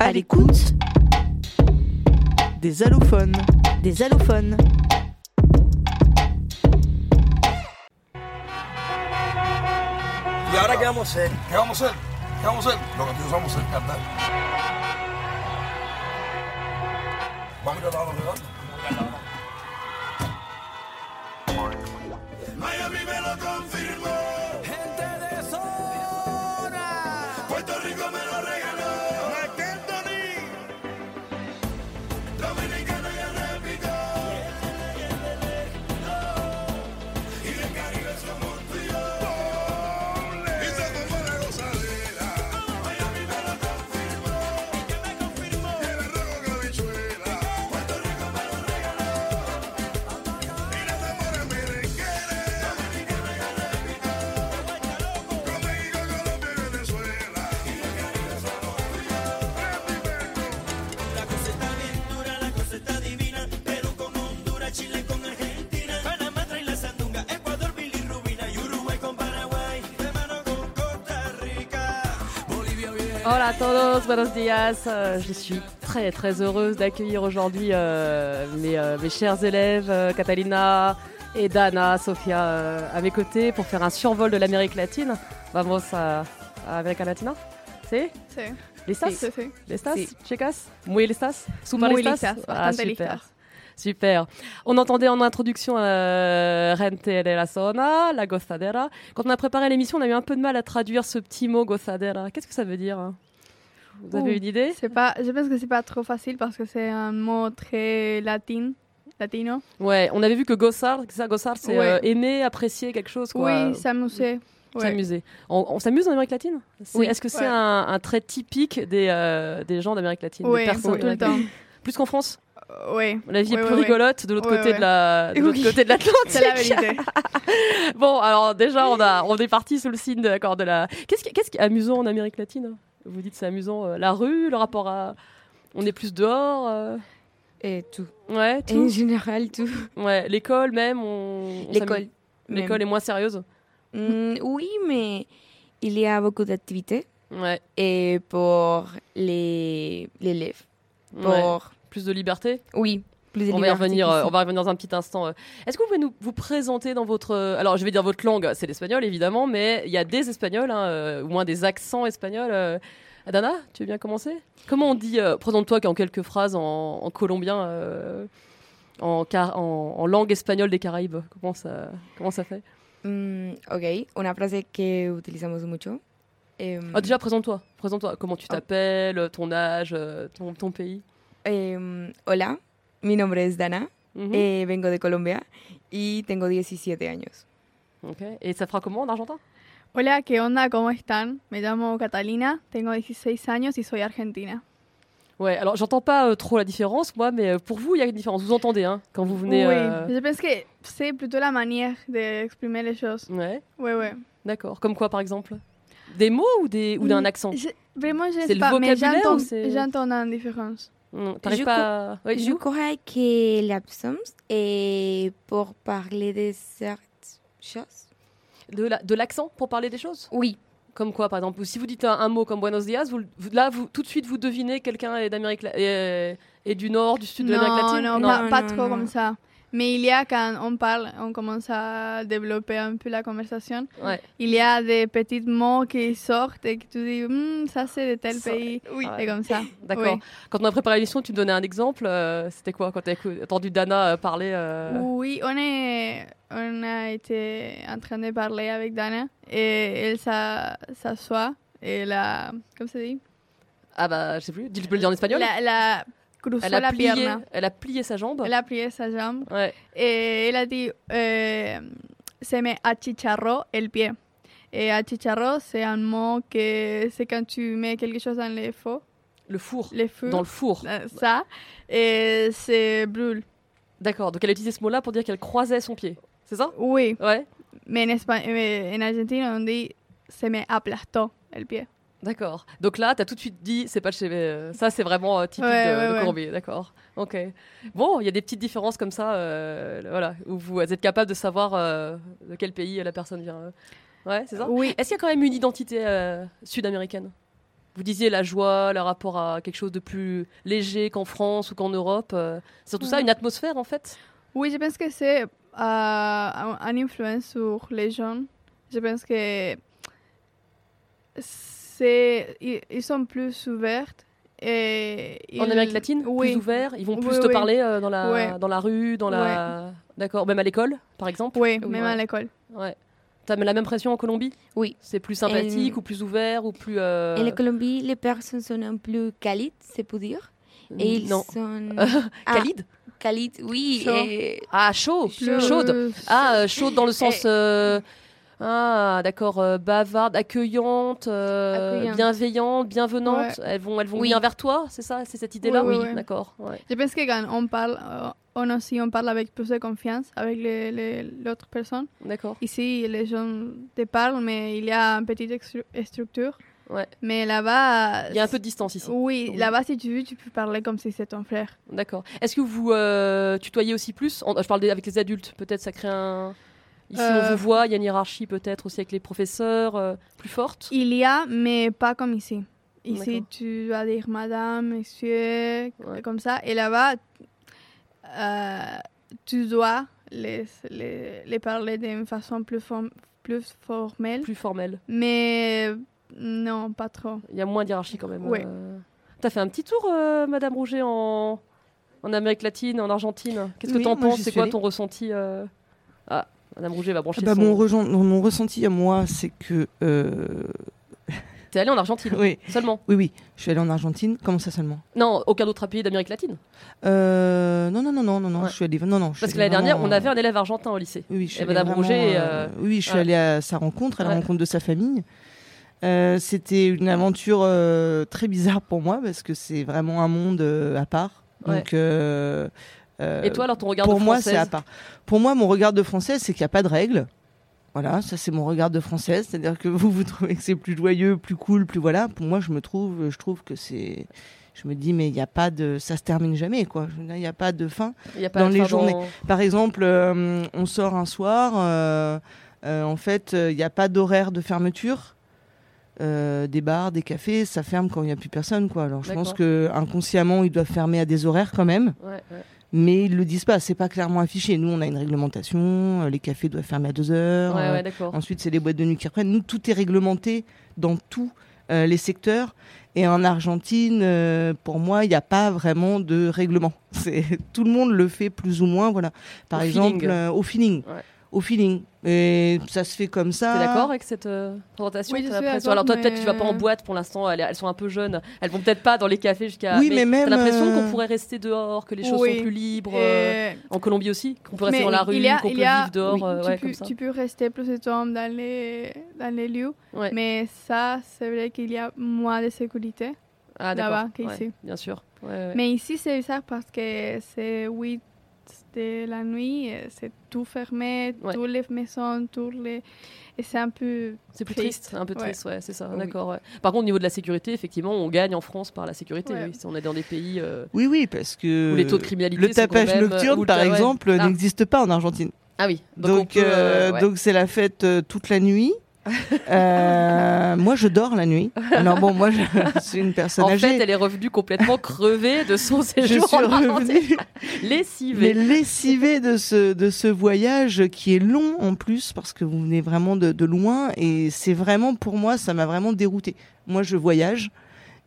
à l'écoute des allophones. des allophones. ¿Y ahora qué vamos a hacer? ¿Qué vamos a hacer? ¿Qué vamos a hacer? Lo que todos vamos a hacer, cantar. Vamos a cantar los redondos. Miami me lo confirmó. Gente de zona. Puerto Rico me lo regaló. McKentonny. Dominicano ya repito. Y del Caribe somos tú y yo. Y se tomó la gozadera. Miami me lo confirmó. ¿Y qué me confirmó? Que me robo cabichuela. Puerto Rico me lo regaló. Y la demora me requiere. Dominicana ya repito. Con México, Colombia y Venezuela. Y del Caribe somos tú y yo. La cosa está bien dura, la cosa está divina. Perú con Honduras, Chile con Argentina. Panamá trae la sandunga, Ecuador bilirrubina. Y Uruguay con Paraguay, de mano con Costa Rica. Bolivia bien. Hola a todos, buenos días. Euh, je suis très très heureuse d'accueillir aujourd'hui euh, mes, euh, mes chers élèves, euh, Catalina et Dana, Sofia, euh, à mes côtés pour faire un survol de l'Amérique latine. Vamos a, a América Latina. C'est Sí, Listas sí, sí. Listas Si. Chicas Muy listas Super Muy listas listas, Ah, bastante super. listas. Super. On entendait en introduction euh, Rente de la Zona, la gozadera. Quand on a préparé l'émission, on a eu un peu de mal à traduire ce petit mot gozadera. Qu'est-ce que ça veut dire hein Vous avez Ouh. une idée C'est pas, je pense que c'est pas trop facile parce que c'est un mot très latin, latino. Ouais, on avait vu que gozar, c'est ça, gozar, c'est Ouais. euh, aimer, apprécier quelque chose, quoi. Euh, Oui, s'amuser. Ouais. S'amuser. On, on s'amuse en Amérique latine C'est- Oui. Est-ce que c'est Ouais. un, un trait typique des, euh, des gens d'Amérique latine des Oui, personnes tout le d'Amérique temps. latine Plus qu'en France Oui, La vie Ouais, est plus ouais, rigolote de l'autre Ouais, côté, ouais. de la... de Oui. l'autre côté de c'est la l'Atlantique. vérité. bon, alors déjà, on, a, on est parti sous le signe de, d'accord, de la. Qu'est-ce qui, qu'est-ce qui est amusant en Amérique latine hein. Vous dites c'est amusant euh, la rue, le rapport à. On est plus dehors euh, Et tout. Ouais, Et en tout. général, tout. Ouais, l'école même. On... on L'école. s'amuse. L'école est moins sérieuse. Mm, oui, mais il y a beaucoup d'activités. Ouais. Et pour les l'élève. Pour... ouais. Plus de liberté. Oui, plus de on va y liberté revenir. euh, qu'ici. on va y revenir dans un petit instant. euh. Est-ce que vous pouvez nous vous présenter dans votre euh, alors je vais dire votre langue, c'est l'espagnol évidemment, mais il y a des espagnols, hein, euh, ou moins des accents espagnols. euh. Adana, tu veux bien commencer Comment on dit euh, Présente-toi en quelques phrases en, en colombien, euh, en, car- en, en langue espagnole des Caraïbes. Comment ça comment ça fait Mm, ok, una frase que utilizamos mucho. Em, Ah, Déjà présente-toi. Présente-toi. Comment tu t'appelles Ton âge euh, Ton, ton pays em, hola, mi nombre es Dana. Mhm. eh, vengo de Colombia y tengo 17 años. Ok. Et ça fera comment en argentin Hola, ¿qué onda? ¿Cómo están? Me llamo Catalina, tengo 16 años y soy argentina. Ouais, alors j'entends pas euh, trop la différence, moi, mais euh, pour vous, il y a une différence. Vous entendez, hein, quand vous venez. oui, euh, je pense que c'est plutôt la manière d'exprimer les choses. Ouais, Oui, oui. d'accord. Comme quoi, par exemple Des mots ou, des... ou d'un Mm, accent Je- vraiment, je C'est sais le pas, mais vocabulaire ou j'entends c'est- j'entends la différence. Non, Mm, T'arrives je pas à- Ouais, Je dis-nous. crois que l'absence est pour parler de certaines choses. de, la- de l'accent pour parler des choses Oui, Comme quoi, par exemple Si vous dites un, un mot comme Buenos Dias, vous, le- vous- là, vous, tout de suite, vous devinez quelqu'un est d'Amérique la- est, est du Nord, du Sud de l'Amérique non, latine non, Non, pas, pas non, trop non. comme ça. Mais il y a, quand on parle, on commence à développer un peu la conversation. Ouais. Il y a des petits mots qui sortent et que tu dis, Hmm, ça c'est de tel Ça- pays. oui. Ah, Et comme ça. D'accord. Oui. Quand on a préparé l'émission, tu me donnais un exemple. euh, C'était quoi quand t'as écou- entendu Dana euh, parler euh, Oui, on, est, on a été en train de parler avec Dana et elle s'a- s'assoit et la. Comment ça dit Ah bah, je sais plus. Dis- Je peux le dire en espagnol. La, la cruzó elle a la plié. pierna. Elle a plié sa jambe. Elle a plié sa jambe Ouais. et elle a dit euh, se me achicharró el pied. Et achicharró, c'est un mot que c'est quand tu mets quelque chose dans les faux, Le four. les feux, Dans le four. euh, ça, et c'est brûle. D'accord. Donc elle a utilisé ce mot-là pour dire qu'elle croisait son pied. C'est ça Oui, Ouais. mais en, Espa- euh, en Argentine, on dit se me aplastó el pied. D'accord. Donc là, t'as tout de suite dit, c'est pas de chez. euh, ça, c'est vraiment euh, typique Ouais, de, ouais, de ouais. Colombier. D'accord. Ok. Bon, il y a des petites différences comme ça, euh, voilà, où vous êtes capable de savoir euh, de quel pays euh, la personne vient. Ouais, c'est ça Oui, Est-ce qu'il y a quand même une identité euh, sud-américaine Vous disiez la joie, le rapport à quelque chose de plus léger qu'en France ou qu'en Europe. euh, c'est surtout ça, Ouais. une atmosphère en fait. Oui, je pense que c'est euh, un, un influence sur les jeunes. Je pense que c'est ils, ils sont plus ouverts et En ils- Amérique latine, oui. plus ouvert, ils vont Oui, plus te oui. parler euh, dans, la, Ouais. dans la rue, dans la. D'accord, même à l'école, par exemple. Oui, Oui, même ouais. à l'école. Ouais. T'as la même pression en Colombie Oui. C'est plus sympathique Et- ou plus ouvert ou plus. euh, Et la Colombie, les personnes sont un peu calides, c'est pour dire. Et ils Non. sont Ah, Calide calides, oui. Chaud. et- Ah, chaud Plus- Chaude Plus- Ah, euh, chaude dans le sens. euh, Ah, d'accord, euh, bavarde, accueillante, euh, Accueillante. bienveillante, bienvenante. Elles vont, elles vont Oui. bien vers toi, c'est ça C'est cette idée-là Oui, oui, oui. D'accord. ouais. Je pense que quand on parle, euh, on aussi on parle avec plus de confiance avec les- les- l'autre personne. D'accord. Ici, les gens te parlent, mais il y a une petite extru- structure. Ouais. Mais là-bas, Il Euh, y a un peu de distance ici. oui, Oui. là-bas, si tu veux, tu peux parler comme si c'était ton frère. D'accord. Est-ce que vous euh, tutoyez aussi plus En- Je parle des- avec les adultes, peut-être ça crée un. Ici, on Euh, vous voit, il y a une hiérarchie peut-être aussi avec les professeurs euh, plus forte. Il y a, mais pas comme ici. Ici, D'accord. tu vas dire madame, monsieur, Ouais. comme ça. Et là-bas, euh, tu dois les, les, les parler d'une façon plus, form- plus formelle. Plus formelle. Mais non, pas trop. Il y a moins de hiérarchie quand même. Ouais. euh. T'as fait un petit tour, euh, Madame Rouget, en... en Amérique latine, en Argentine. Qu'est-ce que Oui, t'en moi, j'y penses C'est suis quoi allée. ton ressenti euh Ah, Madame Rouget va brancher Bah, son. mon, rejen- mon ressenti à moi, c'est que. euh, T'es allée en Argentine Oui, seulement oui, oui. Je suis allée en Argentine. Comment ça seulement Non, aucun autre pays d'Amérique latine. Euh, Non, non, non, non, non, non. Ouais. Je suis allée. Non, non. je suis Parce que allée l'année dernière, vraiment, on avait un élève argentin au lycée. Oui, oui, je suis Et allée Madame vraiment, Rouget, euh, Oui, je suis ouais. allée à sa rencontre, à la Ouais. rencontre de sa famille. Euh, C'était une aventure euh, très bizarre pour moi parce que c'est vraiment un monde euh, à part. Ouais. Donc, euh, euh, Et toi, alors ton regard pour de moi, Française c'est à part. Pour moi, mon regard de française, c'est qu'il n'y a pas de règles. Voilà, ça c'est mon regard de française, c'est-à-dire que vous vous trouvez que c'est plus joyeux, plus cool, plus voilà. Pour moi, je me trouve, je trouve que c'est, je me dis mais il n'y a pas de, ça se termine jamais quoi. Je veux dire, Il n'y a pas de fin. Il y a pas dans de les fin journées. Par exemple, euh, on sort un soir, euh, euh, en fait, euh, il n'y a pas d'horaire de fermeture. Euh, des bars, des cafés, ça ferme quand il n'y a plus personne quoi. Alors je pense D'accord. que inconsciemment, ils doivent fermer à des horaires quand même Ouais, ouais. mais ils le disent pas, c'est pas clairement affiché. Nous, on a une réglementation, euh, les cafés doivent fermer à 2 heures. Ouais, euh, ouais, d'accord. ensuite, c'est les boîtes de nuit qui reprennent. Nous, tout est réglementé dans tous euh, les secteurs. Et en Argentine, euh, pour moi, il n'y a pas vraiment de règlement. C'est tout le monde le fait plus ou moins, voilà. Par Au exemple, feeling. euh, au feeling, Ouais. au feeling. Et ça se fait comme ça. T'es d'accord avec cette euh, présentation Ah. Oui, je t'as suis l'impression d'accord, Alors toi, peut-être mais- euh, tu vas pas en boîte pour l'instant. Elles, elles sont un peu jeunes. Elles vont peut-être pas dans les cafés jusqu'à. Oui, mais même, T'as l'impression euh, qu'on pourrait rester dehors, que les choses Oui. sont plus libres. euh, Et- En Colombie aussi, qu'on peut rester mais dans la rue, il y a- qu'on peut il y a- vivre dehors, oui, euh, tu, ouais, peux, comme ça. tu peux rester plus de temps dans les, dans les lieux. Ouais. Mais ça, c'est vrai qu'il y a moins de sécurité. Ah là-bas d'accord. qu'ici. Ouais, bien sûr. Ouais, ouais. Mais ici, c'est bizarre parce que c'est 8 de la nuit, euh, c'est tout fermé, Ouais. toutes les maisons, tous les... Et c'est un peu... C'est plus triste. triste, un peu Ouais. triste, ouais, c'est ça. Oui. D'accord. ouais. Par contre, au niveau de la sécurité, effectivement, on gagne en France par la sécurité. Ouais. oui. Si on est dans des pays euh, Oui, oui, parce que où les taux de criminalité Euh, le sont quand tapage même, euh, nocturne, où le par ta- ouais. exemple, Ah. n'existe pas en Argentine. Ah oui. Donc, on Donc, peut, euh, euh, ouais. donc c'est la fête euh, toute la nuit. Euh, moi, je dors la nuit. Alors bon, moi, je suis une personne en âgée. fait, elle est revenue complètement crevée de son je suis séjour en Argentine. revenue mais lessivée. lessivée de ce de ce voyage qui est long en plus parce que vous venez vraiment de, de loin et c'est vraiment pour moi, ça m'a vraiment déroutée. Moi, je voyage.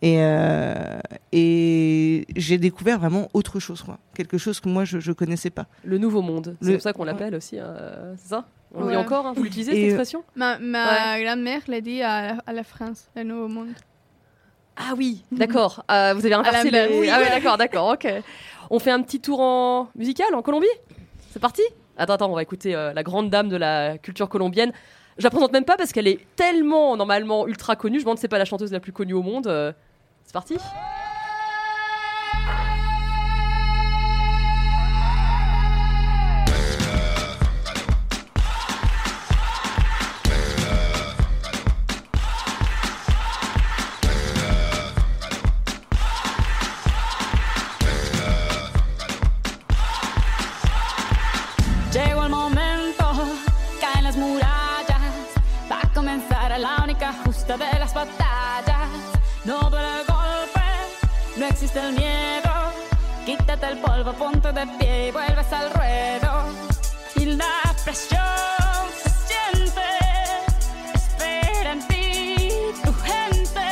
Et, euh, et j'ai découvert vraiment autre chose, quoi. quelque chose que moi je ne connaissais pas. Le nouveau monde, c'est Le- comme ça qu'on l'appelle aussi, euh, c'est ça On le dit Ouais. encore, hein, vous l'utilisez cette Et, euh, expression Ma, ma grand-mère l'a dit à, la- à la France, le Nouveau Monde. Ah oui, d'accord, euh, vous avez inversé la- la... oui. Ah ouais, d'accord, d'accord, ok. On fait un petit tour en musical en Colombie C'est parti Attends, attends, on va écouter euh, la grande dame de la culture colombienne. Je la présente même pas parce qu'elle est tellement normalement ultra connue, je me demande si c'est pas la chanteuse la plus connue au monde. euh, c'est parti Llegó el momento, caen las murallas, va a comenzar la única justa de las batallas. No duele el golpe, no existe el miedo. Quítate el polvo, ponte de pie y vuelves al ruedo. Y la presión se siente, espera en ti tu gente.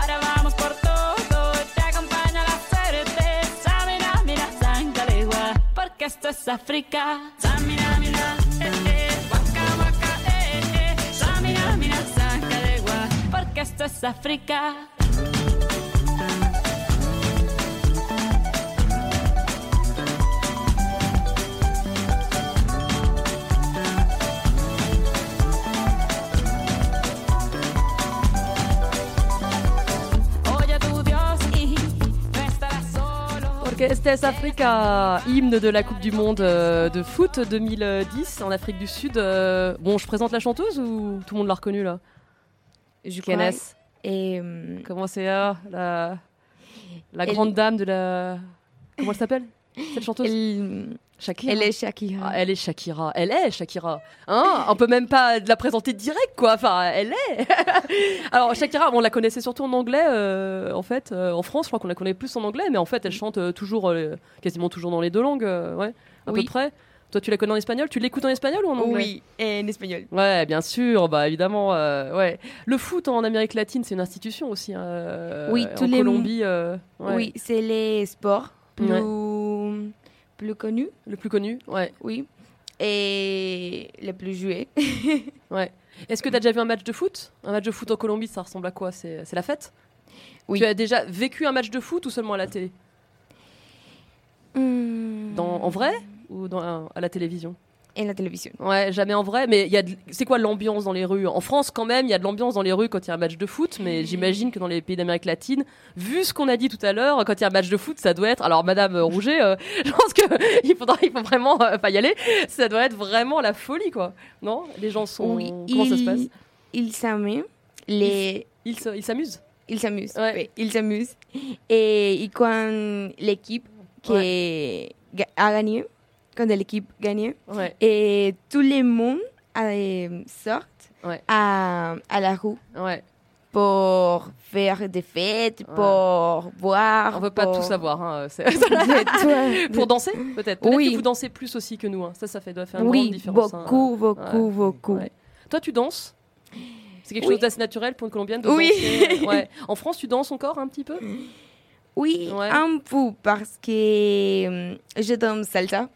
Ahora vamos por todo, te acompaña la certeza. Mira, mira, sangalegua, porque esto es África. Samina, mira, eh, eh, waka, waka, eh, eh. Samina, mira, sangalegua, porque esto es África. Oye a tu Dios y no estarás solo. Porque este es Africa, hymne de la Coupe du Monde euh, de foot 2010 en Afrique du Sud. Euh, Bon, je présente la chanteuse ou tout le monde l'a reconnue là Je crois, Kenes. euh, Comment c'est ah, la... la Elle- grande dame de la. Comment elle s'appelle Cette chanteuse elle, Shakira. elle est Shakira. Ah, elle est Shakira, elle est Shakira. Hein On peut même pas la présenter direct, quoi. Enfin, elle est. Alors Shakira, on la connaissait surtout en anglais, euh, en fait. Euh, en France, je crois qu'on la connaît plus en anglais, mais en fait, elle Mm. chante euh, toujours, euh, quasiment toujours dans les deux langues, euh, ouais, à Oui. peu près. Toi, tu la connais en espagnol Tu l'écoutes en espagnol ou en anglais oui, en espagnol. Ouais, bien sûr, bah évidemment, euh, ouais. Le foot en Amérique latine, c'est une institution aussi. hein, euh, Oui, en tous les- Colombie, euh, ouais, Oui, c'est les sports plus, plus connus, le plus connu. Ouais. oui, et les plus joués. Est-ce que tu as déjà vu un match de foot Un match de foot en Colombie, ça ressemble à quoi C'est c'est la fête Oui. Tu as déjà vécu un match de foot ou seulement à la télé dans, En vrai ou dans, à la télévision Et la télévision. Ouais, jamais en vrai. Mais il y a de- c'est quoi l'ambiance dans les rues En France, quand même, il y a de l'ambiance dans les rues quand il y a un match de foot. Mais j'imagine que dans les pays d'Amérique latine, vu ce qu'on a dit tout à l'heure, quand il y a un match de foot, ça doit être. Alors, Madame euh, Rouget, euh, je pense que il faudra, il faut vraiment euh, pas y aller. Ça doit être vraiment la folie, quoi. Non Les gens sont. Oui, Comment ça se ils- passe Ils s'amusent. Les... Ils se- ils s'amusent. Ils s'amusent. Ouais. oui, ils s'amusent. Et, et quand l'équipe qui ga- a gagné, quand l'équipe gagne, Ouais. et tout le monde euh, sort Ouais. à, à la rue Ouais, pour faire des fêtes, Ouais. pour boire. on veut pas pour- tout savoir. hein, c'est- Toi, pour danser, peut-être. Peut-être Oui. que vous dansez plus aussi que nous. hein. Ça, ça fait doit faire une grande Oui, différence. hein. beaucoup, beaucoup, Ouais. beaucoup. Ouais. Toi, tu danses. C'est quelque Oui. chose d'assez naturel pour une colombienne. De Oui. Mm. danser, euh, ouais. En France, tu danses encore un petit peu. Oui, Ouais. un peu, parce que euh, je donne salsa,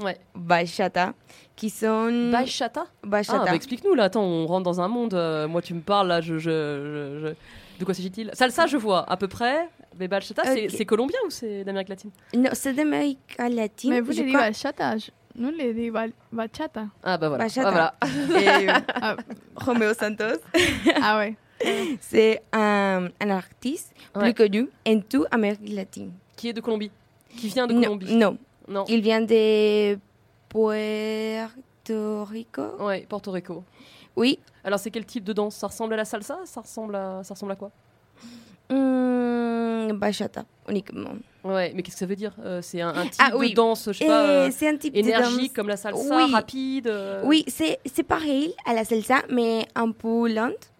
Ouais. bachata, qui sont... Bachata. Ah, bachata. bah, explique-nous là. Attends, on rentre dans un monde. euh, moi, tu me parles là. Je, je, je- je- De quoi s'agit-il Salsa, je vois à peu près. Mais bachata, c'est- Ok. c'est colombien ou c'est d'Amérique latine Non, c'est d'Amérique latine. Mais vous je le dites crois. bachata, je- nous le dit ba- bachata. Ah bah voilà. Bachata. Ah, voilà. Et, euh, Ah, Romeo Santos, ah ouais. c'est un, un artiste Ouais. plus connu en tout Amérique latine. Qui est de Colombie Qui vient de Non, Colombie non, Non. il vient de Puerto Rico. Ouais, Porto Rico. Oui, Alors c'est quel type de danse Ça ressemble à la salsa Ça ressemble à ça ressemble à quoi hum, bachata uniquement. Ouais, mais qu'est-ce que ça veut dire Euh, C'est un, un type Ah oui. de danse, je sais Et pas, euh, c'est un type de énergique danse. comme la salsa, Oui. rapide. euh, Oui, c'est c'est pareil à la salsa, mais un peu lente.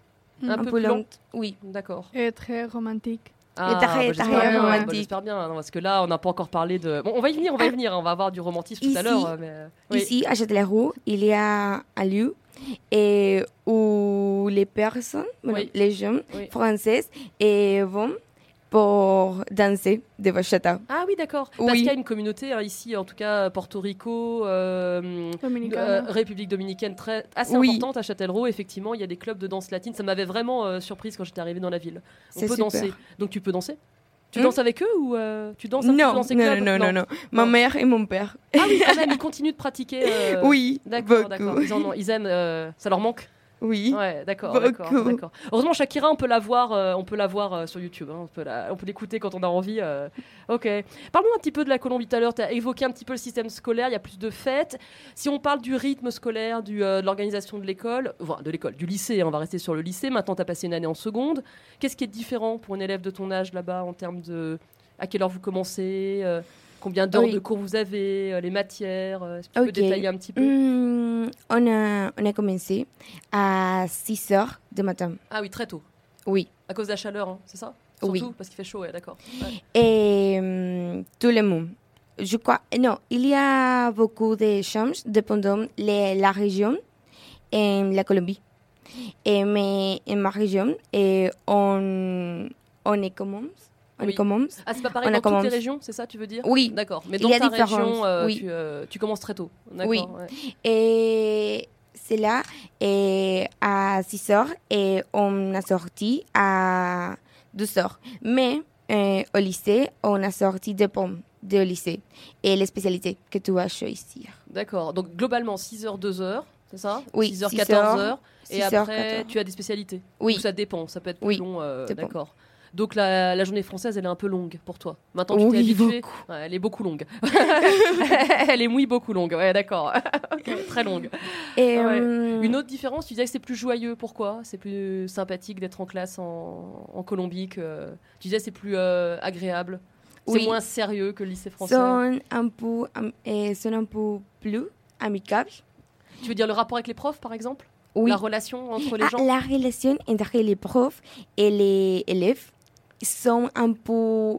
un, peu, plus lent. lente, oui. D'accord. Et euh, très romantique. Ah, t'arrêtes, j'espère t'arrêtes, bien, romantique. Ah, bah, J'espère bien, non, parce que là, on n'a pas encore parlé de. Bon, on va y venir, on va y venir. hein, On va avoir du romantisme tout à Ici. l'heure. euh, mais- Oui. Ici, à Châtellerault, il y a un lieu et où les personnes, voilà, Oui. les jeunes Oui. françaises, et vont pour danser de bachata. Ah oui, d'accord. Parce Oui. qu'il y a une communauté hein, ici, en tout cas Porto Rico, euh, Euh, Dominicana. République dominicaine très assez Oui. importante à Châtellerault. Effectivement, il y a des clubs de danse latine. Ça m'avait vraiment euh, surprise quand j'étais arrivée dans la ville. On peut C'est super. danser. Donc tu peux danser. Tu Hmm danses avec eux ou euh, tu danses un Non, petit peu non, dans ces non, clubs non, non, non. Ma Non. mère et mon père. Ah oui, quand même, ils continuent de pratiquer. euh, oui, D'accord, beaucoup. d'accord. Ils, en ont- ils aiment. euh, ça leur manque. Oui, Ouais, d'accord, Beaucoup. d'accord, d'accord. Heureusement, Shakira, on peut la voir, euh, on peut la voir euh, sur YouTube. hein, on peut la- on peut l'écouter quand on a envie. euh. Ok. Parlons un petit peu de la Colombie tout à l'heure. Tu as évoqué un petit peu le système scolaire. Il y a plus de fêtes. Si on parle du rythme scolaire, du, euh, de l'organisation de l'école, enfin, de l'école, du lycée, hein, on va rester sur le lycée. Maintenant, tu as passé une année en seconde. Qu'est-ce qui est différent pour un élève de ton âge là-bas en termes de à quelle heure vous commencez euh, Combien d'heures Oui. de cours vous avez euh, Les matières euh, Est-ce que tu Ok. peux détailler un petit peu Hum, on, a, on a commencé à 6 heures du matin. Ah oui, très tôt. Oui, Ah, À cause de la chaleur, hein, c'est ça Oui. Surtout parce qu'il fait chaud, ouais, d'accord. Ouais. Et hum, tout le monde. Je crois, non, il y a beaucoup de changes dépendant de la région et la Colombie. Et, mais en ma région, et on, on est communs. On Oui. est communs. Ah, c'est pas pareil On dans a toutes les commencé- régions, c'est ça, tu veux dire Oui. D'accord. Mais Il dans y a ta différence, région, euh, oui. tu, euh, tu commences très tôt. D'accord, Oui. ouais. Et c'est là, et à 6 heures, et on a sorti à 12 heures. Mais euh, au lycée, on a sorti des pommes de lycée et les spécialités que tu vas choisir. D'accord. Donc globalement 6h, 2h, c'est ça Oui, 6h, 6 14h. Et 6 heures, 14 après, heures. tu as des spécialités. Oui. Ou ça dépend, ça peut être plus Oui, long. euh, dépend. D'accord. Donc la, la journée française, elle est un peu longue pour toi. Maintenant, tu t'es Oui, habitué. Ouais, elle est beaucoup longue. elle est mouille beaucoup longue. Ouais, d'accord. Ok, Très longue. Et, Ah ouais. hum, Une autre différence, tu disais que c'est plus joyeux. Pourquoi C'est plus sympathique d'être en classe en, en Colombie que. Tu disais que c'est plus euh, agréable. C'est Oui. moins sérieux que le lycée français. hein. sont un peu, am- euh, sont un peu plus amicables. Tu veux dire le rapport avec les profs, par exemple Oui. La relation entre les Ah, gens la relation entre les profs et les élèves sont un peu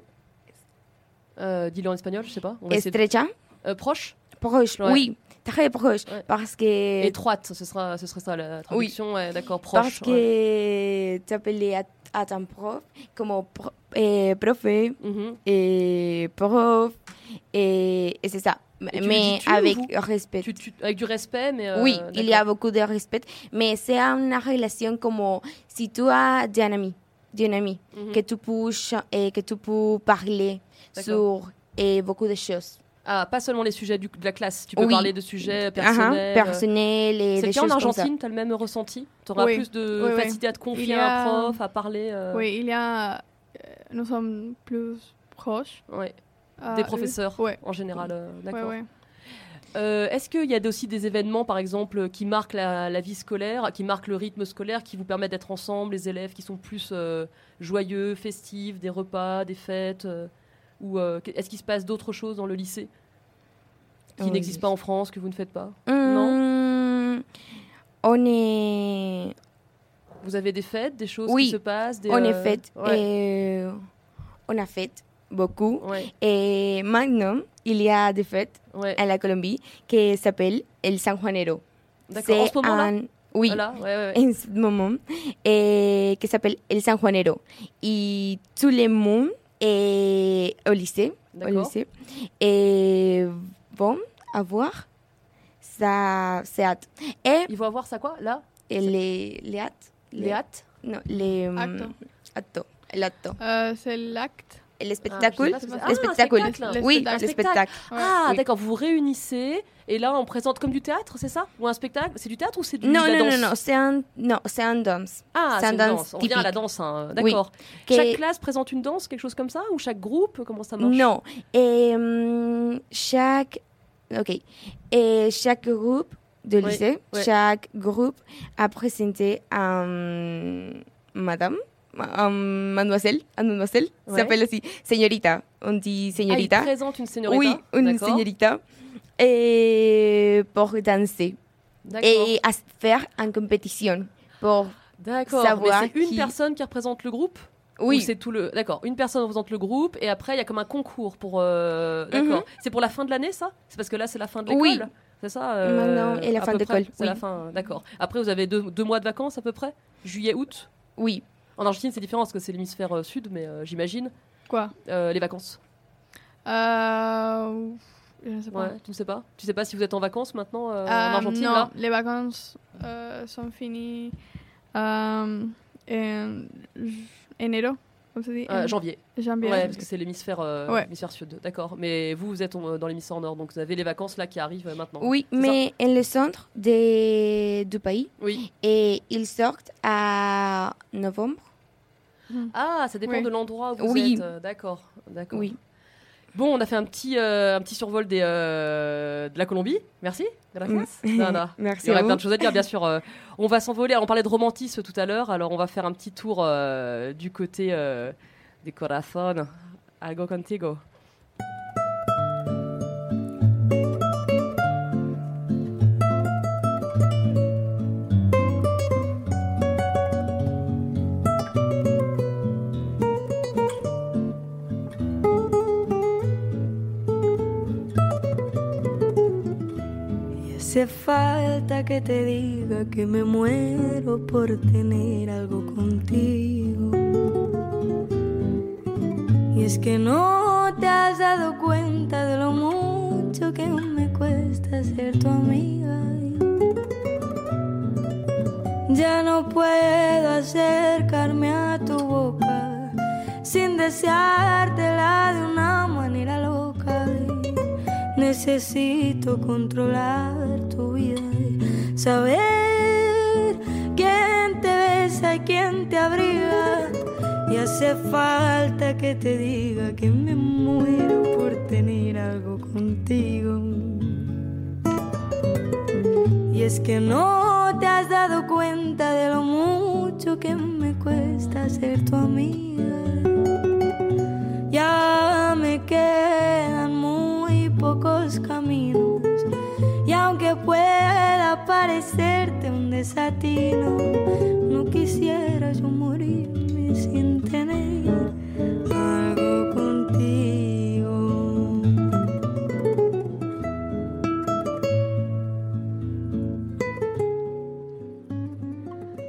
Euh, Dis-le en espagnol, je sais pas. On va essayer de- étroites, Euh, proche proches. Ouais. Oui, très proches. Ouais. Parce que, Étroite, ce, sera, ce serait ça la traduction. ouais, D'accord, proche. parce ouais. que tu appelles à, à ton prof comme pro, euh, prof Mhm. et prof et, et c'est ça. Et tu lui mais dis tu avec ou vous respect. Tu- tu- avec du respect, mais. euh, oui, il y a d'accord. beaucoup de respect, mais c'est une relation comme si tu as des amis, des amis Mhm. que tu peux cha- et que tu peux parler D'accord. sur et beaucoup de choses. Ah, pas seulement les sujets du- de la classe. Tu peux Oui. parler de sujets Ah, hein, personnels. personnel et euh, C'est des le cas choses en comme ça. Argentine, tu as le même ressenti Tu auras Oui. plus de Oui, oui. facilité à te Il y confier a- à un prof, à parler. euh, Oui, il y a. euh, Nous sommes plus proches. ouais, Ah, à Des eux. professeurs, Ouais. en général. euh, Ouais, D'accord. ouais. Euh, Est-ce qu'il y a aussi des événements, par exemple, qui marquent la, la vie scolaire, qui marquent le rythme scolaire, qui vous permettent d'être ensemble, les élèves qui sont plus euh, joyeux, festifs, des repas, des fêtes euh, Ou euh, qu- est-ce qu'il se passe d'autres choses dans le lycée qui Oui. n'existent pas en France, que vous ne faites pas Hum, Hmm, On est, Vous avez des fêtes, des choses Oui, qui se passent des, on est euh, fait ouais, et euh, on a fait beaucoup. ouais, Et maintenant, il y a des fêtes ouais. à la Colombie qui s'appellent El San Juanero. D'accord, en ce C'est moment-là un- Oui. Voilà, ouais, ouais, ouais. en ce moment euh, qui s'appelle El San Juanero. Et tout le monde est au lycée. Au D'accord. lycée. Et vont avoir sa, E, ses hâtes. Et Ils vont avoir ça quoi, là les, les hâtes. Les hâtes Non, les. hum, Acto. mm, acto, El acto. Euh, c'est l'acte. El je sais spectacle. pas ce que c'est. Ah, le un spectacle. spectacle. Oui, Le le spectacle. Ouais. Ah, Oui. d'accord, vous vous réunissez et là on présente comme du théâtre, c'est ça Ou un spectacle C'est du théâtre ou c'est du Non, de la non, non, danse non, c'est un, non, c'est un danse. Ah, C'est c'est un une danse danse. On revient à la typique. danse, hein, Oui. d'accord. Que- Chaque classe présente une danse, quelque chose comme ça Ou chaque groupe Comment ça marche Ah, Non. Et hum, chaque. Ok. Et chaque groupe de Oui, lycée, ouais. chaque groupe a présenté un. euh, Madame. Un mademoiselle. Un mademoiselle. Ouais. Ça s'appelle aussi. Señorita. On dit Ah, il señorita. présente une señorita oui, une d'accord, señorita. Et pour danser. d'accord, Et à faire une compétition. Pour. D'accord. savoir Mais c'est une qui- personne qui représente le groupe Ou Oui. c'est tout le... D'accord, une personne représente le groupe et après il y a comme un concours pour... euh, D'accord. C'est pour la fin de l'année ça C'est parce que là c'est la fin de l'école Mhm. Oui. C'est ça euh, Maintenant, et la à fin peu de près l'école, C'est la oui. fin, d'accord. Après vous avez deux, deux mois de vacances à peu près Juillet, août Oui. En Argentine c'est différent parce que c'est l'hémisphère euh, sud mais euh, j'imagine Quoi euh, les vacances. Ah! Euh, Je ne sais pas. Ouais, tu ne sais pas Tu sais pas si vous êtes en vacances maintenant euh, en Euh, Argentine non, là les vacances euh, sont finies euh, en j- enero, comme ça dit Euh, en- Janvier. janvier. Ouais, parce que c'est l'hémisphère euh, Ouais. l'hémisphère sud. D'accord. Mais vous, vous êtes en- dans l'hémisphère nord, donc vous avez les vacances là qui arrivent euh, maintenant. Oui, C'est mais en le centre de- du pays. Oui. Et ils sortent à novembre. Ah, ça dépend Oui. de l'endroit où vous Oui. êtes. euh, D'accord. D'accord. Oui. Bon, on a fait un petit, euh, un petit survol des, euh, de la Colombie. Merci. Gracias. Nada. Mm. Merci. Il y aurait plein de choses à dire, bien sûr. Euh, on va s'envoler. Alors, on parlait de romantisme tout à l'heure, alors on va faire un petit tour euh, du côté euh, des corazones. Algo contigo. Hace falta que te diga que me muero por tener algo contigo. Y es que no te has dado cuenta de lo mucho que me cuesta ser tu amiga. Ya no puedo acercarme a tu boca sin deseártela de una manera loca. Necesito controlar tu vida, saber quién te besa y quién te abriga. Y hace falta que te diga que me muero por tener algo contigo. Y es que no te has dado cuenta de lo mucho que me cuesta ser tu amiga. Ya me quedan muy pocos caminos y aunque pueda parecerte un desatino, no quisiera yo morirme sin tener algo contigo.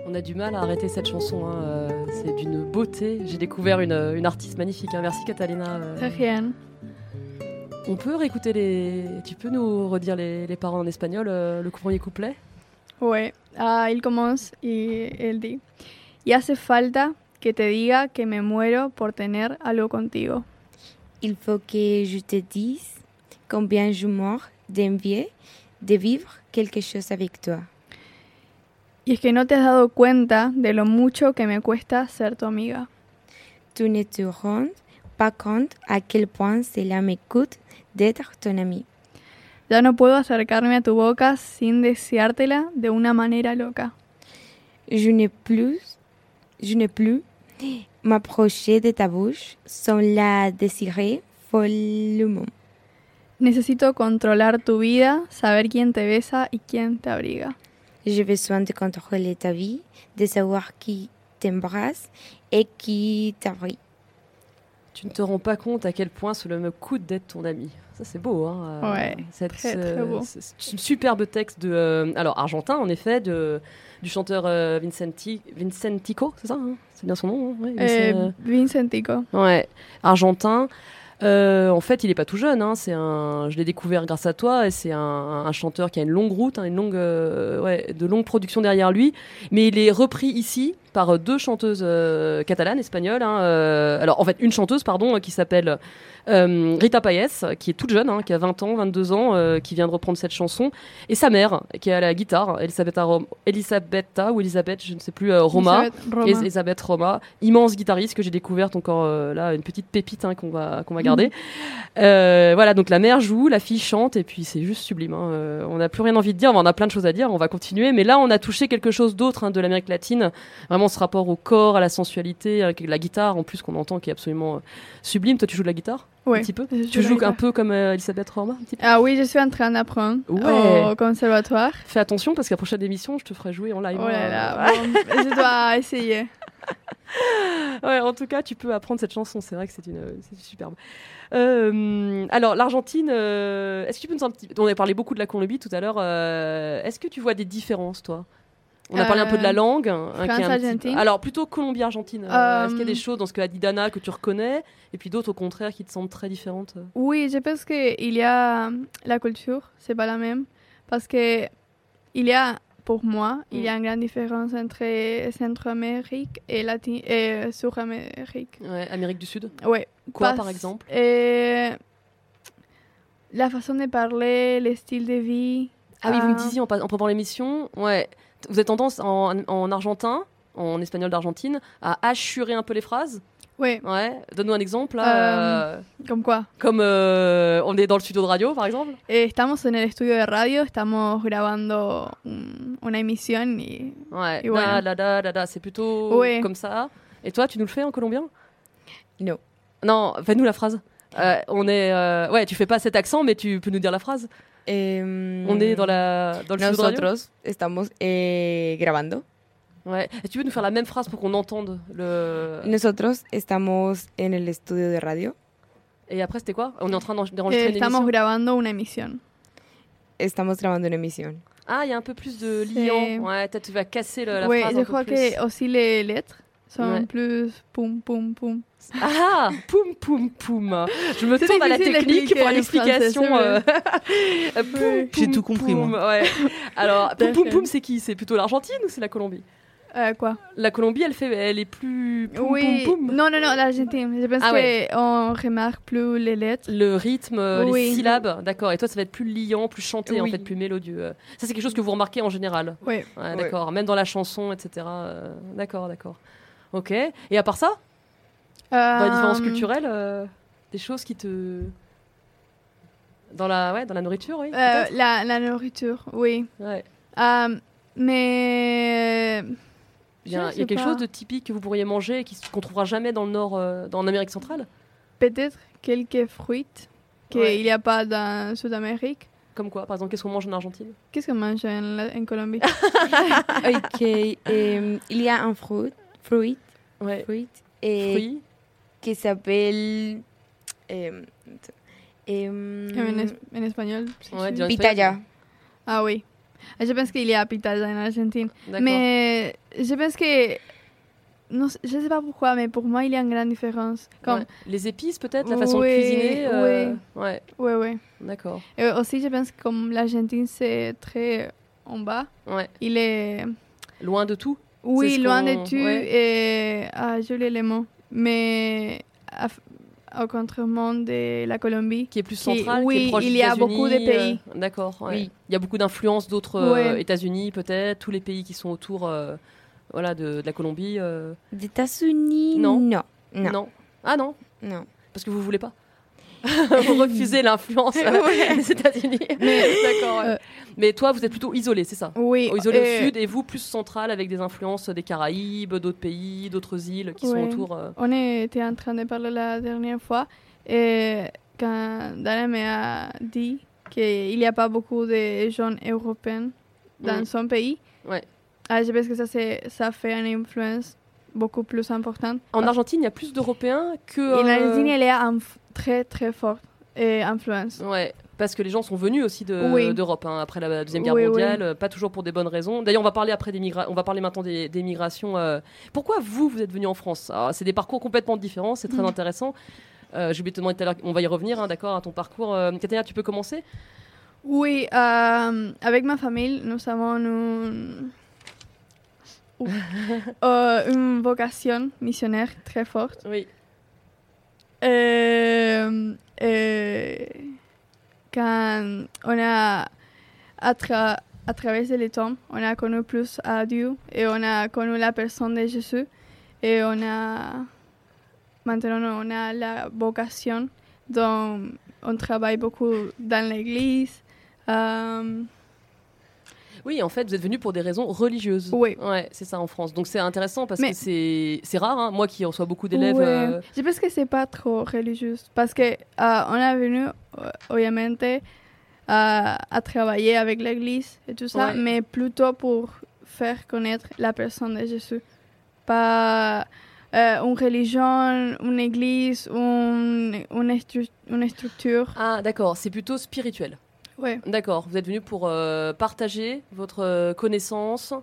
On a du mal à arrêter cette chanson. hein, euh, C'est d'une beauté. J'ai découvert une, euh, une artiste magnifique. hein. Merci Catalina. euh. De rien. On peut réécouter les. Tu peux nous redire les, les paroles en espagnol, euh, le premier couplet Ouais, ah, él comienza y él di. Y hace falta que te diga que me muero por tener algo contigo. Il faut que je te dise combien je meurs d'envie de vivre quelque chose avec toi. Y es que no te has dado cuenta de lo mucho que me cuesta ser tu amiga. Tu ne te rends pas compte à quel point cela me coûte d'être ton ami. Ya no puedo acercarme a tu boca sin deseártela de una manera loca. Je n'ai plus, je n'ai plus m'approcher de ta bouche sans la désirer follement. Necesito controlar tu vida, saber quién te besa y quién te abriga. J'ai besoin de contrôler ta vie, de savoir qui t'embrasse et qui t'abrite. Tu ne te rends pas compte à quel point cela me coûte d'être ton ami. Ça, c'est beau, hein euh, Ouais, cette- très, ce- très beau. ce- ce superbe texte de. euh, alors, argentin, en effet, de, du chanteur euh, Vincenti, Vincentico, c'est ça hein C'est bien son nom hein ouais, Eh, Vincent- Vincentico. Ouais, argentin. Euh, en fait, il est pas tout jeune. Hein. C'est un, je l'ai découvert grâce à toi. Et c'est un, un chanteur qui a une longue route, hein, une longue, euh, ouais, de longues productions derrière lui. Mais il est repris ici par euh, deux chanteuses euh, catalanes, espagnoles. hein, euh, alors, en fait, une chanteuse, pardon, euh, qui s'appelle euh, Rita Payes, qui est toute jeune, hein, qui a 20 ans, 22 ans, euh, qui vient de reprendre cette chanson, et sa mère, qui est à la guitare, Elisabetta, Rom- Elisabetta ou Elisabeth, je ne sais plus, euh, Roma. Elizabeth Roma. Es- Elisabeth Roma, immense guitariste que j'ai découverte encore euh, là, une petite pépite hein, qu'on va, qu'on va Mhm. garder. Euh, voilà, donc la mère joue, la fille chante, et puis c'est juste sublime. hein. Euh, on n'a plus rien envie de dire, on a plein de choses à dire, on va continuer, mais là on a touché quelque chose d'autre hein, de l'Amérique latine, vraiment ce rapport au corps, à la sensualité, avec la guitare en plus qu'on entend qui est absolument euh, sublime. Toi tu joues de la guitare Ouais, un petit peu je joue de Tu la joues un guitare. peu comme euh, Elisabeth Roma un petit peu Ah oui, je suis en train d'apprendre Ouais. au conservatoire. Fais attention parce qu'à la prochaine émission je te ferai jouer en live. Oh là hein. là, bon, je dois essayer. Ouais, en tout cas, tu peux apprendre cette chanson. C'est vrai que c'est une, euh, c'est superbe. Euh, alors, l'Argentine. euh, Est-ce que tu peux nous un petit. On a parlé beaucoup de la Colombie tout à l'heure. euh, Est-ce que tu vois des différences, toi On a parlé un peu de la Euh, langue. hein, qui est un petit peu- France-Argentine. Alors, plutôt Colombie-Argentine. euh, Euh, Est-ce qu'il y a des choses dans ce que a dit Dana que tu reconnais et puis d'autres au contraire qui te semblent très différentes euh Oui, je pense qu'il y a um, la culture, c'est pas la même. Parce que il y a, pour moi, il Mm. y a une grande différence entre Centroamérique et, Latin et euh, Sud-Amérique. Ouais, Amérique du Sud Ouais, Quoi, parce- par exemple euh, La façon de parler, le style de vie. Ah oui, vous me Ah. disiez en, pas- en préparant l'émission, ouais, t- vous avez tendance en, en argentin, en espagnol d'Argentine, à hachurer un peu les phrases. Oui, Ouais, donne-nous un exemple. là, euh, comme quoi. Comme euh, on est dans le studio de radio, par exemple. Eh, estamos en el estudio de radio, estamos grabando un- una emisión y Ouais. Et voilà. Da, da, da, da, da, C'est plutôt Ouais. comme ça. Et toi, tu nous le fais en colombien Non. Non, fais-nous la phrase. Euh, on est. euh, Ouais, tu fais pas cet accent, mais tu peux nous dire la phrase. On est dans, la, dans le studio de radio. Euh, Nosotros estamos eh, grabando. Ouais. Et tu peux nous faire la même phrase pour qu'on entende le. Nosotros estamos en el estudio de radio. Et après, c'était quoi On est en train d'en- eh, d'enregistrer une estamos émission. grabando una emisión. estamos grabando una emisión. Ah, il y a un peu plus de C'est- liant. Ouais, peut-être tu vas casser le- la Oui, phrase. un je peu crois plus. que aussi les lettres sont Ouais. plus poum poum poum. Ah, poum poum poum. Je me C'est tourne à la difficile à technique pour expliquer en français, l'explication. c'est euh, poum, J'ai poum, tout compris, poum, moi. ouais. Alors, poum poum D'accord. poum, c'est qui C'est plutôt l'Argentine ou c'est la Colombie Euh, quoi La Colombie, elle fait, elle est plus poum Oui. poum poum. Non, non, non, l'Argentine. Je pense Ah ouais. qu'on remarque plus les lettres. Le rythme, euh, les Oui. syllabes, d'accord. Et toi, ça va être plus liant, plus chanté, en Oui. fait, plus mélodieux. Ça, c'est quelque chose que vous remarquez en général. Oui. Ouais, D'accord. Même dans la chanson, etc. euh, D'accord, d'accord. Ok. Et à part ça, dans la différence Euh, culturelle, Bah, euh, des choses qui te dans la ouais, dans la nourriture, oui. euh, peut-être la, la nourriture, oui. Ouais. Euh, mais. euh, Il y a, il y je a sais quelque pas. chose de typique que vous pourriez manger et qui s- qu'on trouvera jamais dans le nord, euh, dans en Amérique centrale, Peut-être quelques fruits qu'il Ouais. n'y a pas dans Sud-Amérique. comme quoi, par exemple, qu'est-ce qu'on mange en Argentine Qu'est-ce qu'on mange en, la- en Colombie Ok, euh, il y a un fruit, fruit, Ouais. fruit, euh, Fruits. que s'appelle... euh, euh, en, es- en espagnol c'est Ouais, sûr. direct. pitaya. Ah oui. Je pense qu'il y a pitaya en Argentine. D'accord. Mais euh, je pense que. Non, je ne sais pas pourquoi, mais pour moi, il y a une grande différence. Comme, Ouais. Les épices, peut-être, la façon de Ouais, cuisiner. euh, Ouais. ouais, ouais. D'accord. Et aussi, je pense que comme l'Argentine, c'est très euh, en bas, Ouais. il est. Loin de tout. Oui, ce loin qu'on- de tout. Et. Ah, j'ai oublié les mots. Mais. à- Au contrairement de la Colombie. qui est plus Qui- centrale, qui, oui, est proche il des y a beaucoup de États-Unis, pays. euh, D'accord. ouais. Oui. Il y a beaucoup d'influences d'autres euh, Ouais. États-Unis, peut-être, tous les pays qui sont autour euh, voilà, de, de la Colombie. euh, Des États-Unis Non. Non, non, Ah non, non. parce que vous voulez pas. vous refusez l'influence euh, des États-Unis. D'accord. ouais. Euh. Mais toi, vous êtes plutôt isolé, c'est ça Oui. euh, Isolé et- au sud et vous plus central avec des influences des Caraïbes, d'autres pays, d'autres îles qui Ouais. sont autour. euh, On était en train de parler la dernière fois et quand Dana m'a dit qu'il n'y a pas beaucoup de jeunes européens dans Mm. son pays, Ouais. ah, je pense que ça, c'est- ça fait une influence beaucoup plus importante. En Argentine, il y a plus d'Européens que. Et euh, l'Argentine, elle est un f- très très forte euh, influence. Ouais, parce que les gens sont venus aussi de- Oui. d'Europe hein, après la deuxième guerre Oui, oui. mondiale, euh, pas toujours pour des bonnes raisons. D'ailleurs, on va parler après des migra- on va parler maintenant des, des migrations. euh. Pourquoi vous vous êtes venus en France Alors, C'est des parcours complètement différents, c'est très Mm. intéressant. Euh, J'ai oublié de te demander tout à l'heure, on va y revenir, hein, d'accord, à ton parcours. Euh, Katia, tu peux commencer Oui, euh, avec ma famille, nous avons une, Ouh. Euh, une vocation missionnaire très forte. Oui. Euh, euh, quand on a, à, tra- à travers les temps, on a connu plus à Dieu et on a connu la personne de Jésus et on a, maintenant on a la vocation dont on travaille beaucoup dans l'église. Euh, Oui, en fait, vous êtes venus pour des raisons religieuses. Oui. Ouais, c'est ça en France. Donc c'est intéressant parce Mais- que c'est c'est rare, hein, moi qui reçois beaucoup d'élèves. Ouais. euh, Je pense que c'est pas trop religieux parce que euh, on est venu euh, obviamente euh, à travailler avec l'Église et tout ça, Ouais. mais plutôt pour faire connaître la personne de Jésus, pas euh, une religion, une Église, une, une, stru- une structure. Ah, d'accord, c'est plutôt spirituel. Ouais. D'accord, vous êtes venu pour euh, partager votre euh, connaissance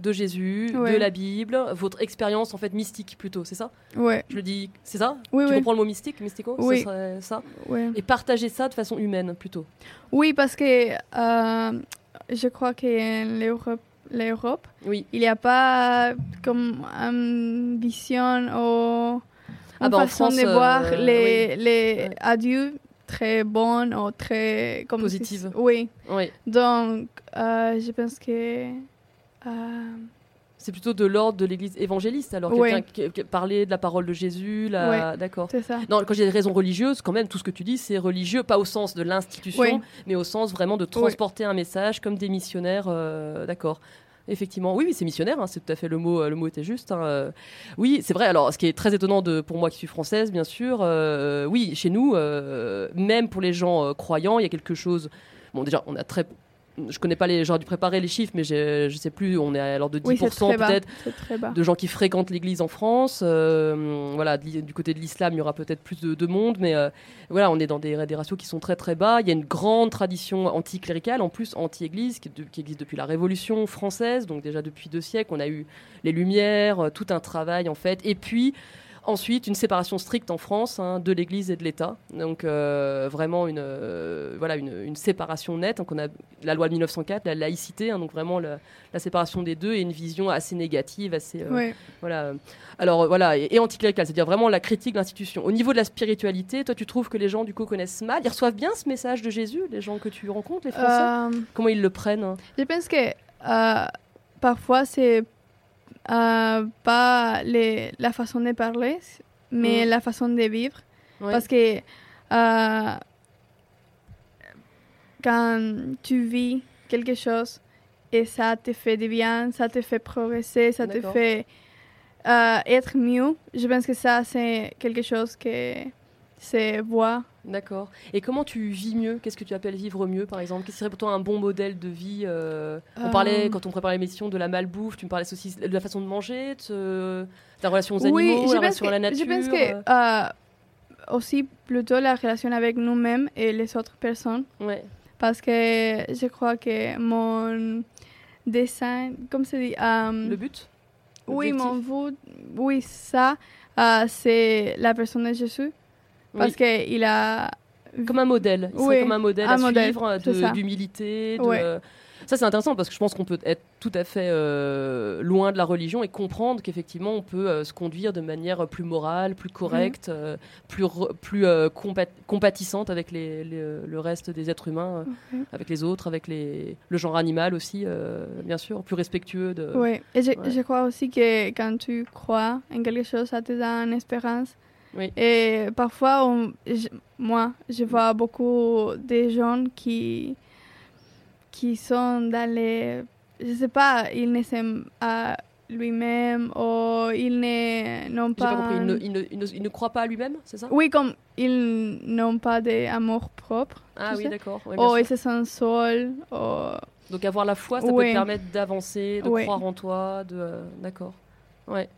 de Jésus, de Ouais. la Bible, votre expérience en fait mystique plutôt, c'est ça Ouais, Je le dis, c'est ça Oui, Ah. Tu oui. comprends le mot mystique, mystico Ce Oui. serait ça ouais. Et partager ça de façon humaine plutôt. Oui, parce que euh, je crois que l'Europe, l'Europe Oui. il n'y a pas comme une vision ou Ah une bah, en façon France, de euh, voir les, les Ouais. adieux très bonne ou très comme Positive. si- oui. Oui. Donc, euh, je pense que euh, Oh. C'est plutôt de l'ordre de l'Église évangéliste. Alors Ouais. quelqu'un qui, qui parlait de la parole de Jésus, là, d'accord. c'est ça. Non, quand j'ai des raisons religieuses, quand même, tout ce que tu dis, c'est religieux, pas au sens de l'institution, Oui. mais au sens vraiment de transporter un message comme des missionnaires. euh, D'accord. Effectivement, oui, oui, c'est missionnaire, hein, c'est tout à fait le mot, euh, le mot était juste. hein, euh. Oui, c'est vrai, alors ce qui est très étonnant de, pour moi qui suis française, bien sûr, euh, oui, chez nous, euh, même pour les gens euh, croyants, il y a quelque chose. Bon, déjà, on a très. je connais pas les, j'aurais dû préparer les chiffres, mais j'ai- je sais plus, on est à l'ordre de 10% Oui, c'est très bas. peut-être C'est très bas. de gens qui fréquentent l'église en France. Euh, voilà, de l'i- du côté de l'islam, il y aura peut-être plus de, de monde, mais euh, voilà, on est dans des, des ratios qui sont très très bas. Il y a une grande tradition anticléricale, en plus anti-église, qui, de- qui existe depuis la Révolution française, donc déjà depuis deux siècles. On a eu les Lumières, euh, tout un travail en fait, et puis. Ensuite, une séparation stricte en France hein, de l'Église et de l'État. Donc euh, vraiment une, euh, voilà, une, une séparation nette. Donc on a la loi de 1904, la laïcité, hein, donc vraiment le- la séparation des deux et une vision assez négative, assez euh, Ouais. voilà. euh, Alors euh, voilà, et, et anticlérical, c'est-à-dire vraiment la critique de l'institution. Au niveau de la spiritualité, toi tu trouves que les gens du coup connaissent mal, ils reçoivent bien ce message de Jésus, les gens que tu rencontres, les Français Euh, Comment ils le prennent hein Je pense que euh, parfois c'est euh, pas les- la façon de parler, mais Mm. la façon de vivre. Ouais. Parce que euh, quand tu vis quelque chose et ça te fait du bien, ça te fait progresser, ça te D'accord. fait euh, être mieux, je pense que ça c'est quelque chose que se voit. D'accord. Et comment tu vis mieux Qu'est-ce que tu appelles vivre mieux, par exemple Qu'est-ce qui serait pour toi un bon modèle de vie euh, On Euh, parlait, quand on préparait l'émission, de la malbouffe, tu me parlais aussi de la façon de manger, de, euh, ta relation aux animaux, je la pense relation que- à la nature. Je pense que euh, aussi plutôt la relation avec nous-mêmes et les autres personnes, euh, ouais. parce que je crois que mon dessin, comme c'est dit, euh, Le but oui, l'objectif. mon but, oui, ça, euh, c'est la personne de Jésus, parce Oui. que il a, comme un modèle. Il serait Oui, comme un modèle un à modèle, suivre, c'est ça. de- d'humilité. de- Ouais. Ça, c'est intéressant parce que je pense qu'on peut être tout à fait euh, loin de la religion et comprendre qu'effectivement, on peut euh, se conduire de manière plus morale, plus correcte, Mm. euh, plus, re- plus euh, compa- compatissante avec les, les- le reste des êtres humains, euh, Mhm. avec les autres, avec les, le genre animal aussi, euh, bien sûr, plus respectueux de. oui, et je, Euh, ouais. je crois aussi que quand tu crois en quelque chose, ça te donne une espérance. Oui. Et parfois, on- je- moi, je vois beaucoup de gens qui, qui sont dans les... Je sais pas, ils ne s'aiment à lui-même ou ils ne- n'ont J'ai pas... pas compris. Il ne, il ne- il ne- il ne croit pas à lui-même, c'est ça Oui, comme ils n'ont pas d'amour propre. Ah tu oui, sais. Oh, d'accord. Ouais, bien Ou sûr. ils se sentent seuls. ou- Donc avoir la foi, ça peut Ouais. te permettre d'avancer, de Ouais. croire en toi, de euh, d'accord. Ouais.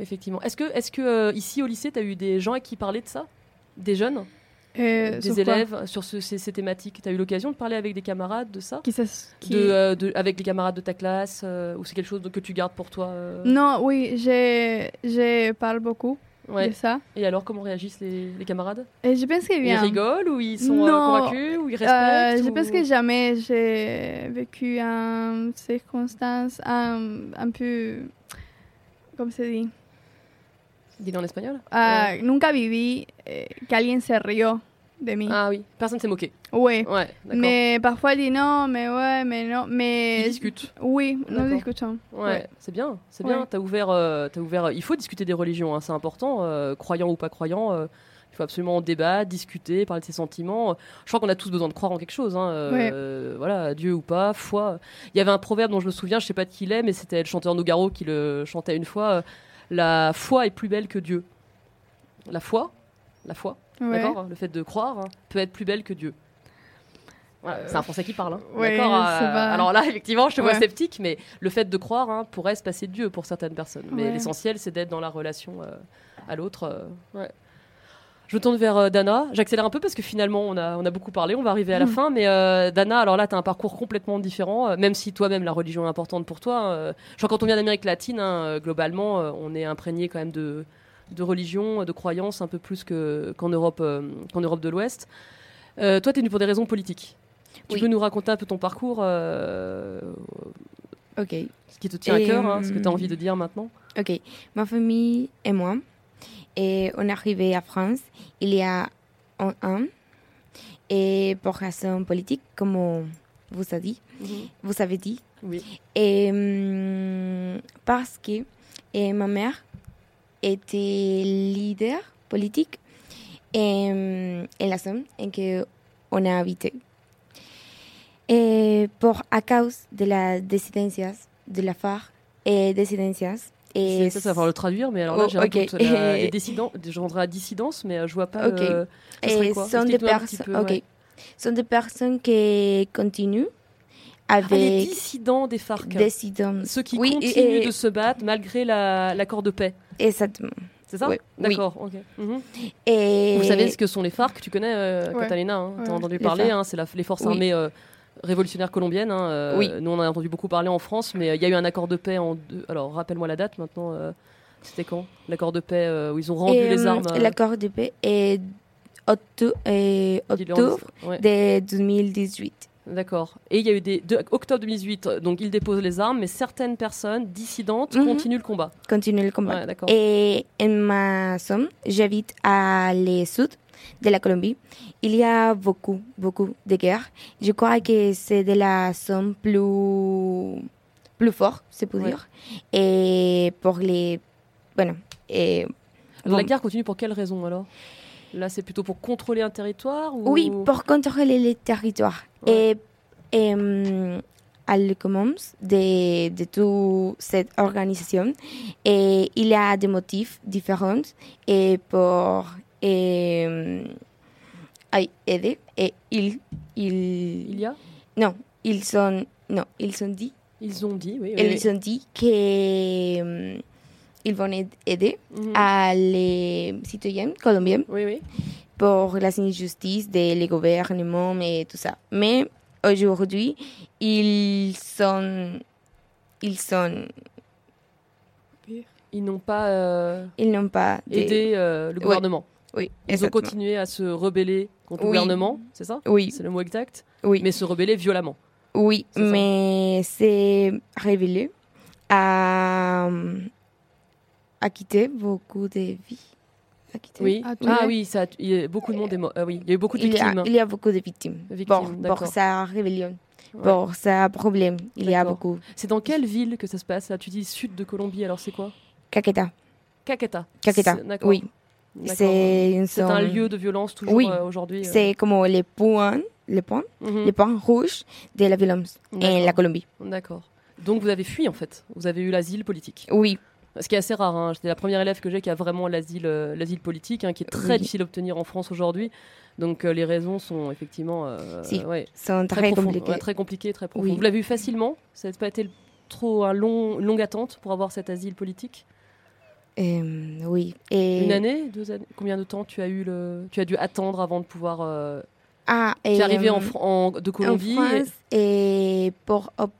Effectivement. Est-ce que est-ce que euh, ici au lycée, tu as eu des gens à qui parlaient de ça Des jeunes, euh, sur des quoi élèves sur ce- ces, ces thématiques Tu as eu l'occasion de parler avec des camarades de ça qui, se- qui- de, euh, de- avec les camarades de ta classe euh, ou c'est quelque chose que tu gardes pour toi euh Non, oui, je, je parle beaucoup Ouais. de ça. Et alors comment réagissent les, les camarades Et je pense que Eh bien. Ils rigolent ou ils sont euh, Non. convaincus ou ils Euh, respectent je ou- pense que jamais j'ai vécu une circonstance un, un peu. Comme se dit Dis-le en espagnol. Euh, Nunca viví eh, que alguien se rió de mí. Ah oui, personne s'est moqué. Ouais, Oui. d'accord. Mais parfois, il dit non, mais ouais, mais non. Mais Ils discutent. Oui, nous D'accord. discutons. Ouais, Ouais. c'est bien, c'est Ouais. bien. T'as ouvert, euh, t'as ouvert. Il faut discuter des religions, hein, c'est important, euh, croyant ou pas croyant. euh, il faut absolument en débattre, discuter, parler de ses sentiments. Je crois qu'on a tous besoin de croire en quelque chose. hein, euh, Voilà, Dieu ou pas, foi. Il y avait un proverbe dont je me souviens, je sais pas de qui il est, mais c'était le chanteur Nogaro qui le chantait une fois. euh, la foi est plus belle que Dieu. La foi, la foi, Ouais. d'accord. Le fait de croire hein, peut être plus belle que Dieu. Voilà, c'est un Français qui parle. hein. Euh, ouais, D'accord. c'est euh, pas- Alors là, effectivement, je te vois Ouais. sceptique, mais le fait de croire hein, pourrait se passer de Dieu pour certaines personnes. Mais Ouais. l'essentiel, c'est d'être dans la relation euh, à l'autre. euh, ouais. Je me tourne vers euh, Dana. J'accélère un peu parce que finalement, on a, on a beaucoup parlé, on va arriver à la Mhm. fin. Mais euh, Dana, alors là, tu as un parcours complètement différent, euh, même si toi-même, la religion est importante pour toi. euh, je crois que quand on vient d'Amérique latine, hein, euh, globalement, euh, on est imprégné quand même de, de religion, de croyances, un peu plus que- qu'en Europe, euh, qu'en Europe de l'Ouest. Euh, toi, tu es venu pour des raisons politiques. Tu Oui. peux nous raconter un peu ton parcours, euh, Ok. ce qui te tient à Et, cœur, hein, ce que tu as hum, envie de dire maintenant Ok, ma famille et moi, et on est arrivé à France il y a un an, et pour raison politique, comme on vous a dit, vous avez dit, Mhm. Oui. et hum, parce que et ma mère était leader politique et, hum, en la zone en que on a habité. Et pour à cause de la décidencias de la FARC et décidencias et Ça, ça va falloir le traduire, mais alors là, Oh, j'ai un ok. doute. La- Et- les dissidents, je rentrerai à dissidence, mais euh, je vois pas. Ok. le- ce serait Et quoi Explique-nous sont Eh, des un petit personnes peu, ouais. sont des personnes qui continuent Ah, les avec dissidents des FARC. des Sidons. Ceux qui Oui, continuent et- et- de se battre malgré la- l'accord de paix. Exactement. C'est ça Oui, oui. D'accord, ok. Mhm. Et Vous savez ce que sont les FARC Tu connais, euh, Ouais. Catalina, hein, t'as Ouais. entendu Les parler, FARC. hein, c'est la- les forces Oui. armées euh, révolutionnaires colombiennes. hein, euh, Oui. Nous, on en a entendu beaucoup parler en France, mais euh, il y a eu un accord de paix en... deux- Alors, rappelle-moi la date maintenant. euh, C'était quand L'accord de paix euh, où ils ont rendu Et, les euh, armes euh, L'accord de paix est octo- et ils leur- octobre Ouais, de 2018. D'accord. Et il y a eu des... de- octobre 2018, euh, donc ils déposent les armes, mais certaines personnes dissidentes Mhm. continuent le combat. Continue le combat. Ouais, d'accord. Et en ma somme, j'habite à le sud de la Colombie. Il y a beaucoup, beaucoup de guerres. Je crois que c'est de la somme plus, plus fort, c'est pour Ouais. dire. Et pour les. Bueno, et, La bon. guerre continue pour quelle raison alors Là, c'est plutôt pour contrôler un territoire ou... Oui, pour contrôler les territoires. Ouais. Et, et hum, à le commence de, de toute cette organisation, et il y a des motifs différents et pour et, hum, ay- aider. Et ils, ils, Il y a non, ils sont, non, ils sont dit, Ils ont dit, oui. oui, oui. ils ont dit que hum, ils vont aid- aider Mhm. à les citoyens colombiens Oui, oui. pour les injustices des gouvernements et tout ça. Mais aujourd'hui, ils sont, ils sont, Ils n'ont pas euh, ils n'ont pas de- aidé euh, le Ouais, gouvernement. Oui, Ils ont exactement. continué à se rebeller contre le Oui. gouvernement, c'est ça Oui, C'est le mot exact oui, Mais se rebeller violemment. oui, c'est ça. mais c'est révélé à, à quitter beaucoup de vies. À quitter. Oui. Ah, tu Ah l'as oui, ça, a- il y a beaucoup de monde est mort. Ah oui, il y a eu beaucoup de Il y, a, victimes. il y a beaucoup de victimes, Victimes, pour, d'accord. pour sa rébellion, Ouais. pour sa problème. Il y a D'accord. beaucoup. C'est dans quelle ville que ça se passe Là, tu dis sud de Colombie. Alors c'est quoi Caqueta, Caqueta. Caqueta, C'est- d'accord. oui. D'accord. C'est une C'est un zone- lieu de violence toujours Oui. euh, aujourd'hui. euh. C'est comme les points, les points, Mhm. les points rouges de la violence en la D'accord. Colombie. D'accord. Donc vous avez fui en fait. Vous avez eu l'asile politique. Oui, Ce qui est assez rare. Hein. J'étais la première élève que j'ai qui a vraiment l'asile, euh, l'asile politique, hein, qui est très Oui. difficile à obtenir en France aujourd'hui. Donc euh, les raisons sont effectivement euh, Si. ouais, sont très, très, profondes. compliqués. Ouais, très compliquées, très profondes. Oui. Vous l'avez eu facilement. Ça n'a pas été le- trop un long, une longue attente pour avoir cet asile politique. Euh, oui. Et, Une année, deux années. Combien de temps tu as eu le, tu as dû attendre avant de pouvoir. Euh... Ah, tu es et, arrivé en, euh, Fran- en- de en Colombie. France et pour ob-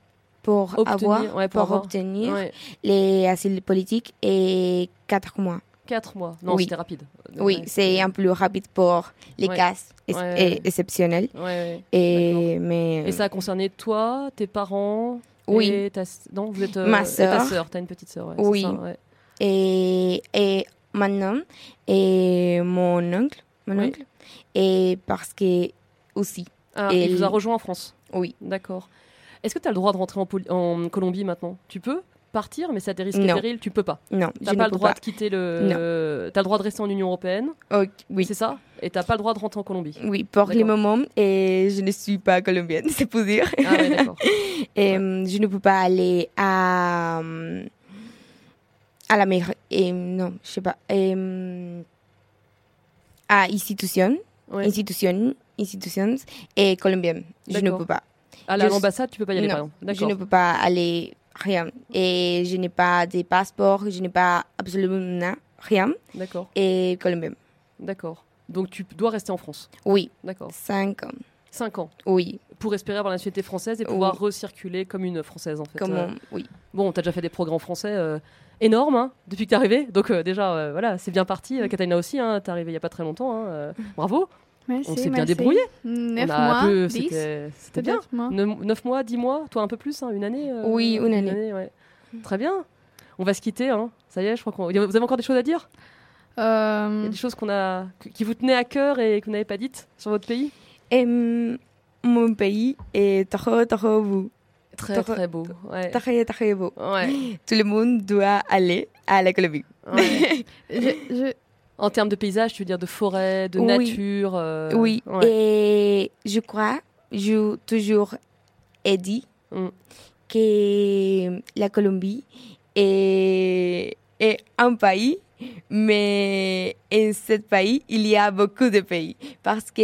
pour Obtenir, avoir ouais, pour pour, avoir. obtenir Ouais, les asiles politiques et quatre mois. quatre mois. Non, Oui. c'était rapide. Oui, Ouais, c'est un plus rapide pour les Ouais. cas ex- Ouais, ouais, et- ouais. exceptionnels. Ouais, ouais. Et eh, mais Et ça a concerné toi, tes parents. oui. et ta s- Non, vous êtes. euh, Ma et Ta sœur. sœur, t'as une petite sœur. ouais, c'est Oui. ça, ouais. Et, et maintenant, et e mon oncle, mon Oui. oncle, et parce que aussi, Ah, Et il vous a l- rejoint en France. oui, D'accord. Est-ce que tu as le droit de rentrer en, Poli- en Colombie maintenant Tu peux partir, mais ça des risques et Non. périls, tu peux pas. non, T'as pas je ne le peux droit pas. de quitter le. T'as le droit de rester en Union européenne, Ok, oui, c'est ça Et t'as pas le droit de rentrer en Colombie. oui, pour le D'accord. moment, et je ne suis pas colombienne, c'est pour dire. Ah ouais, d'accord. Et, euh, je ne peux pas aller à, euh, à la mer, et, euh, non, je sais pas, et, euh, à institution, Ouais. institution, institutions et colombienne, je ne D'accord. peux pas. À la- je- l'ambassade, tu peux pas y aller, Non, par exemple. Je D'accord. ne peux pas aller rien. Et je n'ai pas de passeport, je n'ai pas absolument rien. D'accord. Et colombien. D'accord. Donc tu dois rester en France. Oui, D'accord. 5 ans. Cinq ans Oui, pour espérer avoir la nationalité française et Oui. pouvoir recirculer comme une française en fait. comment Euh, Oui. Bon, t'as déjà fait des progrès en français euh, énormes hein, depuis que t'es arrivée. Donc euh, déjà, euh, voilà, c'est bien parti. Euh, Catalina aussi, hein, t'es arrivée il y a pas très longtemps. hein, euh, bravo. Merci, On s'est bien merci. débrouillé. Mm, Neuf On a un mois, peu- 10, c'était- C'était bien. peut-être moi. 9 mois, 10 mois, toi un peu plus, hein, une année euh, Oui, une année. ouais. Très bien. On va se quitter. hein. Ça y est, je crois qu'on. y a- Vous avez encore des choses à dire Il y a Euh, des choses qu'on a... qui vous tenaient à cœur et que vous n'avez pas dites sur votre pays Et hum, mon pays est très, très beau. Très, T'as- très beau. Ouais. Très, très beau. Ouais. Tout le monde doit aller à la Colombie. ouais. je, je- En termes de paysage, tu veux dire de forêt, de Oui. nature euh, oui. ouais. Et je crois, je toujours ai dit Mm. que la Colombie est, est un pays, mais en ce pays, il y a beaucoup de pays. Parce que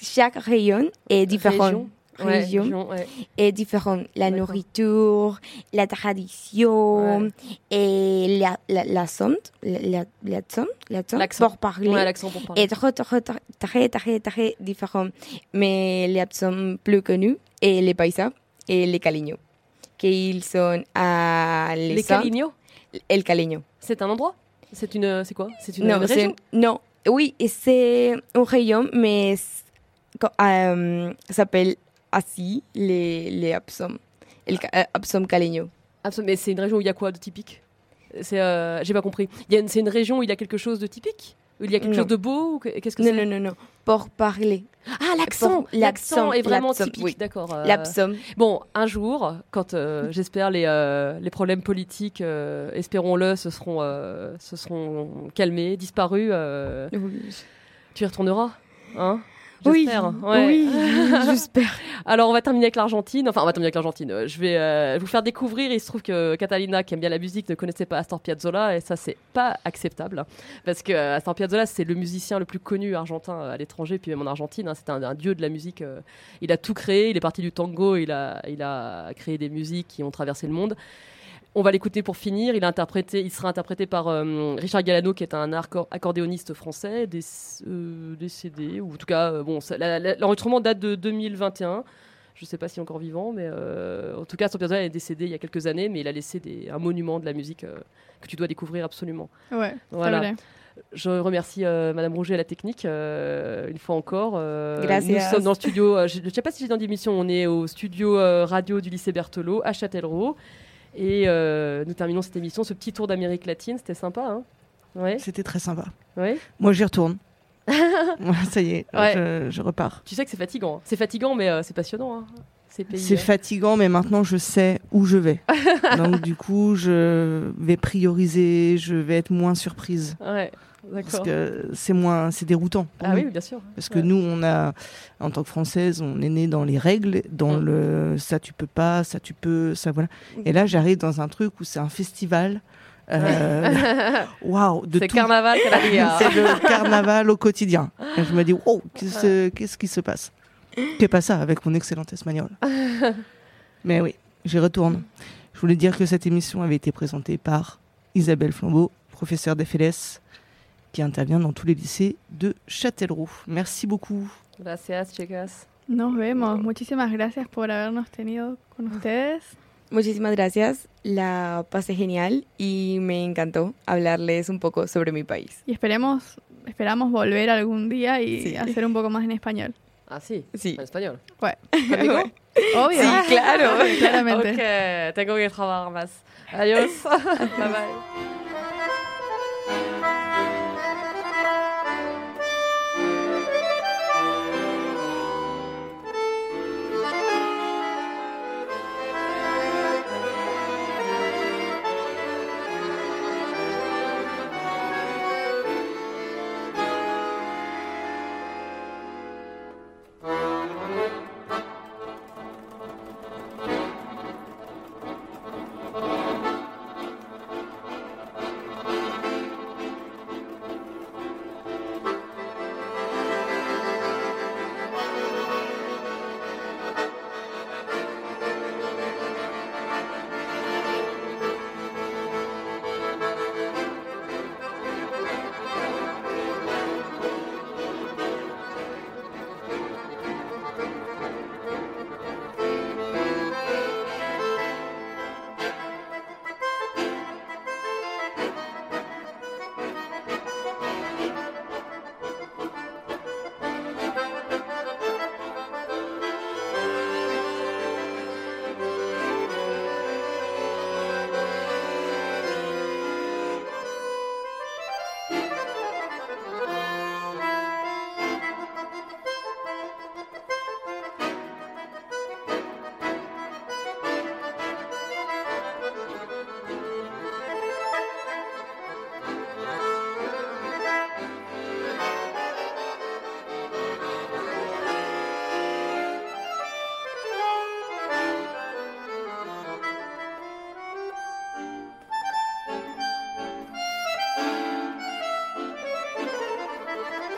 chaque rayon est différent. Région. Ouais, région Lyon, ouais. est différente. La D'accord. nourriture, la tradition, Ouais. et la, la, la zone, la, la, la zone, la zone, L'accent. pour parler, Ouais, l'accent pour parler. est très, très, très, très, très, très différent. Mais les accents plus connus est les paisas et les caliños, qu'ils sont à les Les Caligno, el caliño. c'est un endroit C'est une. euh, C'est quoi C'est une, Non, une c'est- région non, oui, c'est un rayon, mais c'est- co- euh, s'appelle así les, les absom, el ca- euh, absom caleño. Absolument, mais c'est une région où il y a quoi de typique C'est, euh, j'ai pas compris. Il y a une- c'est une région où il y a quelque chose de typique Où il y a quelque Non. chose de beau Ou que- Qu'est-ce que Non, c'est non, non, non, pour parler. Ah, l'accent Pour- L'accent l'accent, est vraiment l'accent, typique, oui. d'accord. euh, L'absom. Bon, un jour, quand euh, j'espère les, euh, les problèmes politiques, euh, espérons-le, se seront, euh, se seront calmés, disparus, euh, tu y retourneras Hein J'espère, ouais. oui, j'espère. Alors, on va terminer avec l'Argentine. Enfin, on va terminer avec l'Argentine. Euh, Je vais euh, vous faire découvrir. Il se trouve que Catalina, qui aime bien la musique, ne connaissait pas Astor Piazzolla. Et ça, c'est pas acceptable. Parce que euh, Astor Piazzolla, c'est le musicien le plus connu argentin euh, à l'étranger, puis même en Argentine. hein. c'est un, un dieu de la musique. euh. il a tout créé. Il est parti du tango. Il a, il a créé des musiques qui ont traversé le monde. On va l'écouter pour finir. Il, a interprété, il sera interprété par euh, Richard Galano, qui est un arco- accordéoniste français, des, euh, décédé, ou en tout cas, euh, bon, ça- la- la- l'enregistrement date de 2021. Je ne sais pas s'il est encore vivant, mais euh, en tout cas, son Piazzolla est décédé il y a quelques années, mais il a laissé des- un monument de la musique euh, que tu dois découvrir absolument. Ouais, Voilà. c'est vrai. Je remercie euh, Madame Rouget à la technique, euh, une fois encore. euh, Nous Gracias. sommes dans le studio, euh, je ne sais pas si j'ai dans l'émission, on est au studio euh, radio du lycée Berthelot à Châtellerault. Et euh, nous terminons cette émission, ce petit tour d'Amérique latine, c'était sympa, hein Ouais, C'était très sympa. ouais. Moi, j'y retourne. Moi, ça y est, Ouais. je, je repars. Tu sais que c'est fatigant. C'est fatigant, mais euh, c'est passionnant, hein, ces pays. C'est hein. fatigant, mais maintenant je sais où je vais. Donc du coup, je vais prioriser, je vais être moins surprise Ouais, parce d'accord. que c'est moins, c'est déroutant. pour Ah nous. oui, bien sûr. Parce que ouais. nous, on a, en tant que française, on est né dans les règles, dans Mm. le ça tu peux pas, ça tu peux, ça voilà. Et là, j'arrive dans un truc où c'est un festival. euh, Waouh, de C'est tout. carnaval, Canaria. c'est le carnaval au quotidien. Et je me dis, oh, qu'est-ce qu'est-ce qui se passe Qu'est pas ça avec mon excellent espagnol Mais oui, j'y retourne. Je voulais dire que cette émission avait été présentée par Isabelle Flambeau, professeure d'FLS, qui intervient dans tous les lycées de Châtellerault. Merci beaucoup. Gracias, chicas. Nos vemos. Muchísimas gracias por habernos tenido con ustedes. Muchísimas gracias, la pasé genial y me encantó hablarles un poco sobre mi país. Y esperemos, esperamos volver algún día y Sí. hacer un poco más en español. Ah si, Sí. en espagnol. Ouais. Conmigo? Obvio. Sí, claro. Claramente. Ok, tengo que trabajar más. Adiós. bye bye.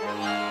Thank